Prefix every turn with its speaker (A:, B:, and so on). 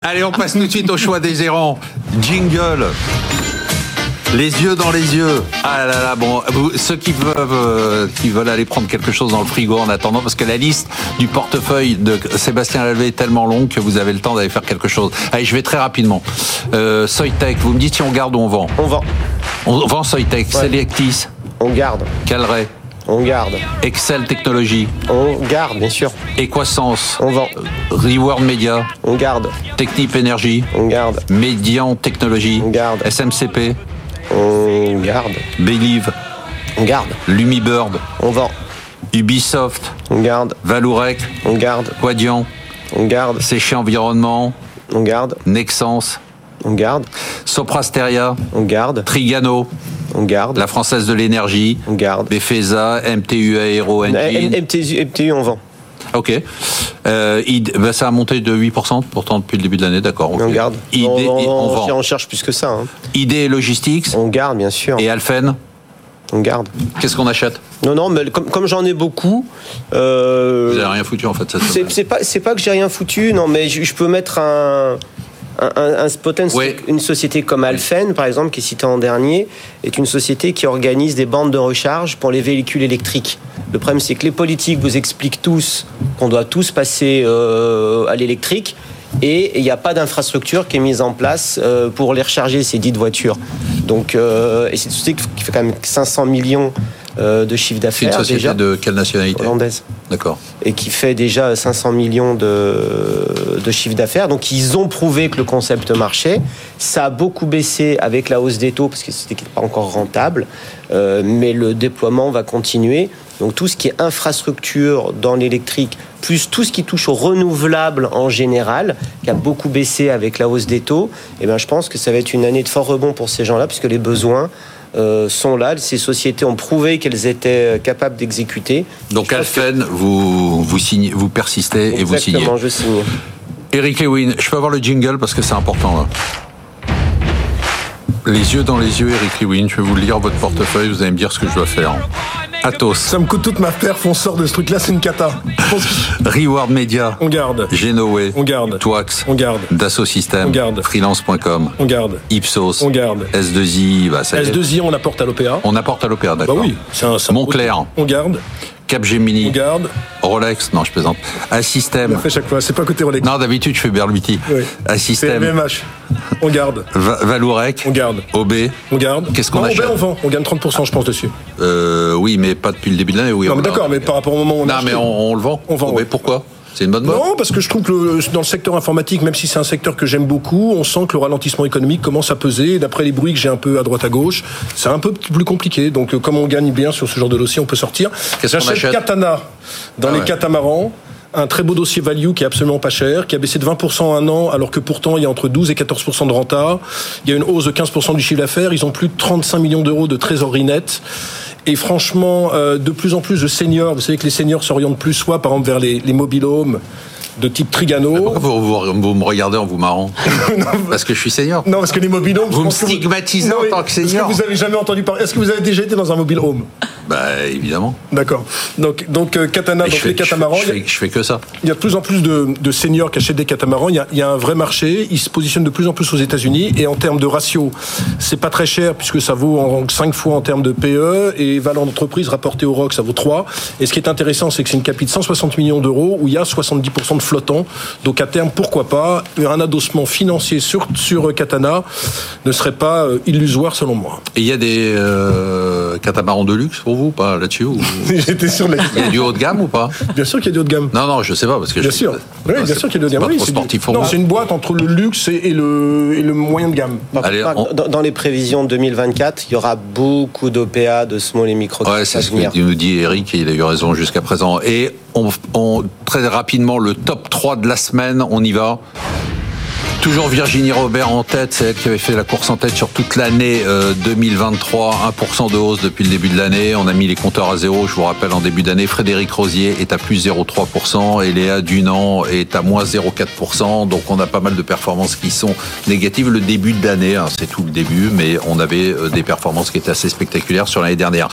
A: Allez, on passe tout de suite au choix des errants. Jingle. Les yeux dans les yeux. Ah là là, bon, vous- ceux qui veulent, euh, qui veulent aller prendre quelque chose dans le frigo en attendant, parce que la liste du portefeuille de Sébastien Lalvé est tellement longue que vous avez le temps d'aller faire quelque chose. Allez, je vais très rapidement. Euh, Soytech, vous me dites si on garde ou on vend.
B: On vend.
A: On vend Soytech,
B: Ouais.
A: Selectis,
B: On garde.
A: Calray,
B: On garde.
A: Excel Technologies,
B: On garde, bien sûr.
A: Equasens,
B: On vend.
A: Reward Media,
B: On garde.
A: Technip Energy,
B: On garde.
A: Médian Technologies,
B: On garde.
A: SMCP,
B: On garde.
A: Believe,
B: On garde.
A: Lumibird,
B: On vend.
A: Ubisoft,
B: On garde.
A: Valourec,
B: On garde.
A: Quadian,
B: On garde.
A: Séché Environnement,
B: On garde.
A: Nexens,
B: On garde.
A: Soprasteria,
B: On garde.
A: Trigano,
B: On garde.
A: La Française de l'Énergie,
B: On garde.
A: Befesa, MTU Aero
B: Eh, M-
A: Engine.
B: MTU, MTU, on vend.
A: Ok. Euh, ID bah, ça a monté de 8% pourtant depuis le début de l'année, d'accord. ok.
B: On garde.
A: ID,
B: on, on-
A: on
B: on-
A: vend.
B: on cherche plus que ça. hein.
A: ID Logistics
B: On garde, bien sûr.
A: et Alphen,
B: On garde.
A: qu'est-ce qu'on achète
B: Non, non, mais comme, comme j'en ai beaucoup. euh,
A: Vous n'avez rien foutu en fait cette
B: C'est
A: semaine.
B: c'est pas, c'est pas que j'ai rien foutu, non, mais je, je peux mettre un. Un, un, un spot- un-
A: Ouais.
B: Une société comme Alphen, par exemple, qui est citée en dernier, est une société qui organise des bandes de recharge pour les véhicules électriques. Le problème, c'est que les politiques vous expliquent tous qu'on doit tous passer euh, à l'électrique et il n'y a pas d'infrastructure qui est mise en place euh, pour les recharger, ces dites voitures. Donc, euh, et c'est une société qui fait quand même 500 millions euh, de chiffre
A: C'est une
B: d'affaires
A: société
B: déjà,
A: de quelle nationalité
B: hollandaise
A: D'accord.
B: et qui fait déjà 500 millions de, de chiffre d'affaires. Donc ils ont prouvé que le concept marchait. Ça a beaucoup baissé avec la hausse des taux parce que c'était pas encore rentable, Euh, mais le déploiement va continuer. Donc tout ce qui est infrastructure dans l'électrique, plus tout ce qui touche au renouvelable en général, qui a beaucoup baissé avec la hausse des taux, et ben je pense que ça va être une année de fort rebond pour ces gens-là, puisque les besoins euh, sont là. Ces sociétés ont prouvé qu'elles étaient euh, capables d'exécuter.
A: Donc
B: Je pense que-
A: Alphen, vous, vous, signez, vous persistez et vous signez.
B: Exactement, je signe.
A: Eric Lewin, je peux avoir le jingle parce que c'est important là. Les yeux dans les yeux, Eric Lewin, je vais vous lire votre portefeuille, vous allez me dire ce que je dois faire. Atos,
C: Ça me coûte toute ma perf, on sort de ce truc-là, c'est une cata. Je pense que-
A: Reward Media,
C: On garde.
A: Genoé,
C: On garde.
A: Twax,
C: On garde.
A: Dassault Systèmes,
C: On garde.
A: Freelance.com,
C: On garde.
A: Ipsos,
C: On garde.
A: S2I, bah, ça y est.
C: S2I, on apporte à l'OPA.
A: On apporte à l'opéra,
C: Bah
A: d'accord.
C: oui, c'est un ça-
A: Montclair,
C: On garde. On
A: Capgemini,
C: garde.
A: Rolex, non je plaisante,
C: On l'a
A: Assystem,
C: fait chaque fois. C'est pas côté Rolex.
A: non d'habitude je fais Berluti,
C: Oui. C'est
A: Assystem,
C: MMH. On garde.
A: Va- Valourec,
C: On garde.
A: OB,
C: On garde.
A: Qu'est-ce qu'on
C: Non, on
A: achète
C: vend, On vend. On gagne 30%, je pense, dessus.
A: Euh, oui, mais pas depuis le début de l'année. Oui,
C: Non,
A: on
C: mais
A: l'a-
C: d'accord, mais par rapport au moment où on a
A: Non,
C: acheté.
A: mais on, on le vend.
C: On vend,
A: Oh, mais
C: ouais.
A: pourquoi C'est une bonne mode.
C: Non, parce que je trouve que le- dans le secteur informatique, même si c'est un secteur que j'aime beaucoup, on sent que le ralentissement économique commence à peser. Et D'après les bruits que j'ai un peu à droite à gauche, c'est un peu plus compliqué. Donc, euh, comme on gagne bien sur ce genre de dossier, on peut sortir.
A: Qu'est-ce qu'on achète
C: J'achète Katana dans
A: Ah
C: les
A: ouais.
C: catamarans. Un très beau dossier value qui est absolument pas cher, qui a baissé de 20% en un an, alors que pourtant il y a entre 12 et 14% de renta. Il y a une hausse de 15% du chiffre d'affaires. Ils ont plus de 35 millions d'euros de trésorerie nette. Et franchement, euh, de plus en plus de seniors, vous savez que les seniors s'orientent plus soit par exemple vers les, les mobile homes de type Trigano.
A: Ah, Pourquoi vous, vous- vous me regardez en vous marrant Parce que je suis senior.
C: Non, parce que les mobile homes.
A: Vous me stigmatisez en tant que senior.
C: Est-ce que vous avez jamais entendu parler Est-ce que vous avez déjà été dans un mobile home
A: Bah évidemment.
C: D'accord. Donc, donc euh, Katana,
A: Mais
C: donc
A: je, fais,
C: les
A: je, fais,
C: catamarans.
A: je fais- je fais que ça.
C: Il y a de plus en plus de, de seniors qui achètent des catamarans. Il y, a, il y a un vrai marché. Ils se positionnent de plus en plus aux États-Unis. Et en termes de ratio, c'est pas très cher puisque ça vaut en 5 fois en termes de PE et valeur d'entreprise rapportée au ROC, ça vaut 3. Et ce qui est intéressant, c'est que c'est une capite de 160 millions d'euros où il y a 70% de flottant. Donc à terme, pourquoi pas un adossement financier sur, sur Katana ne serait pas euh, illusoire selon moi.
A: Et il y a des euh, catamarans de luxe pour vous ou pas là-dessus ou-
C: J'étais sur la
A: Il y a du haut de gamme ou pas
C: Bien sûr qu'il y a du haut de gamme.
A: Non, non, je sais pas parce que
C: Bien
A: je-
C: sûr, oui,
A: Enfin,
C: bien
A: c'est
C: sûr qu'il y a du haut de gamme.
A: pas
C: Oui,
A: trop
C: c'est du-
A: sportif pour
C: Non,
A: moi.
C: c'est une boîte entre le luxe et, et le, et le moyen de gamme.
B: Par
A: Allez,
B: contre,
A: on-
B: dans, dans les prévisions 2024, il y aura beaucoup d'OPA de small et micro
A: Ouais,
B: qui
A: c'est
B: vont
A: ce
B: venir.
A: que nous dit Eric, et il a eu raison jusqu'à présent. Et on, on- très rapidement, le top 3 de la semaine, on y va. Toujours Virginie Robert en tête, c'est elle qui avait fait la course en tête sur toute l'année euh, 2023, 1% de hausse depuis le début de l'année. On a mis les compteurs à zéro, je vous rappelle, en début d'année. Frédéric Rosier est à plus 0,3% et Léa Dunan est à moins 0,4%. Donc on a pas mal de performances qui sont négatives. Le début de l'année, hein, c'est tout le début, mais on avait euh, des performances qui étaient assez spectaculaires sur l'année dernière.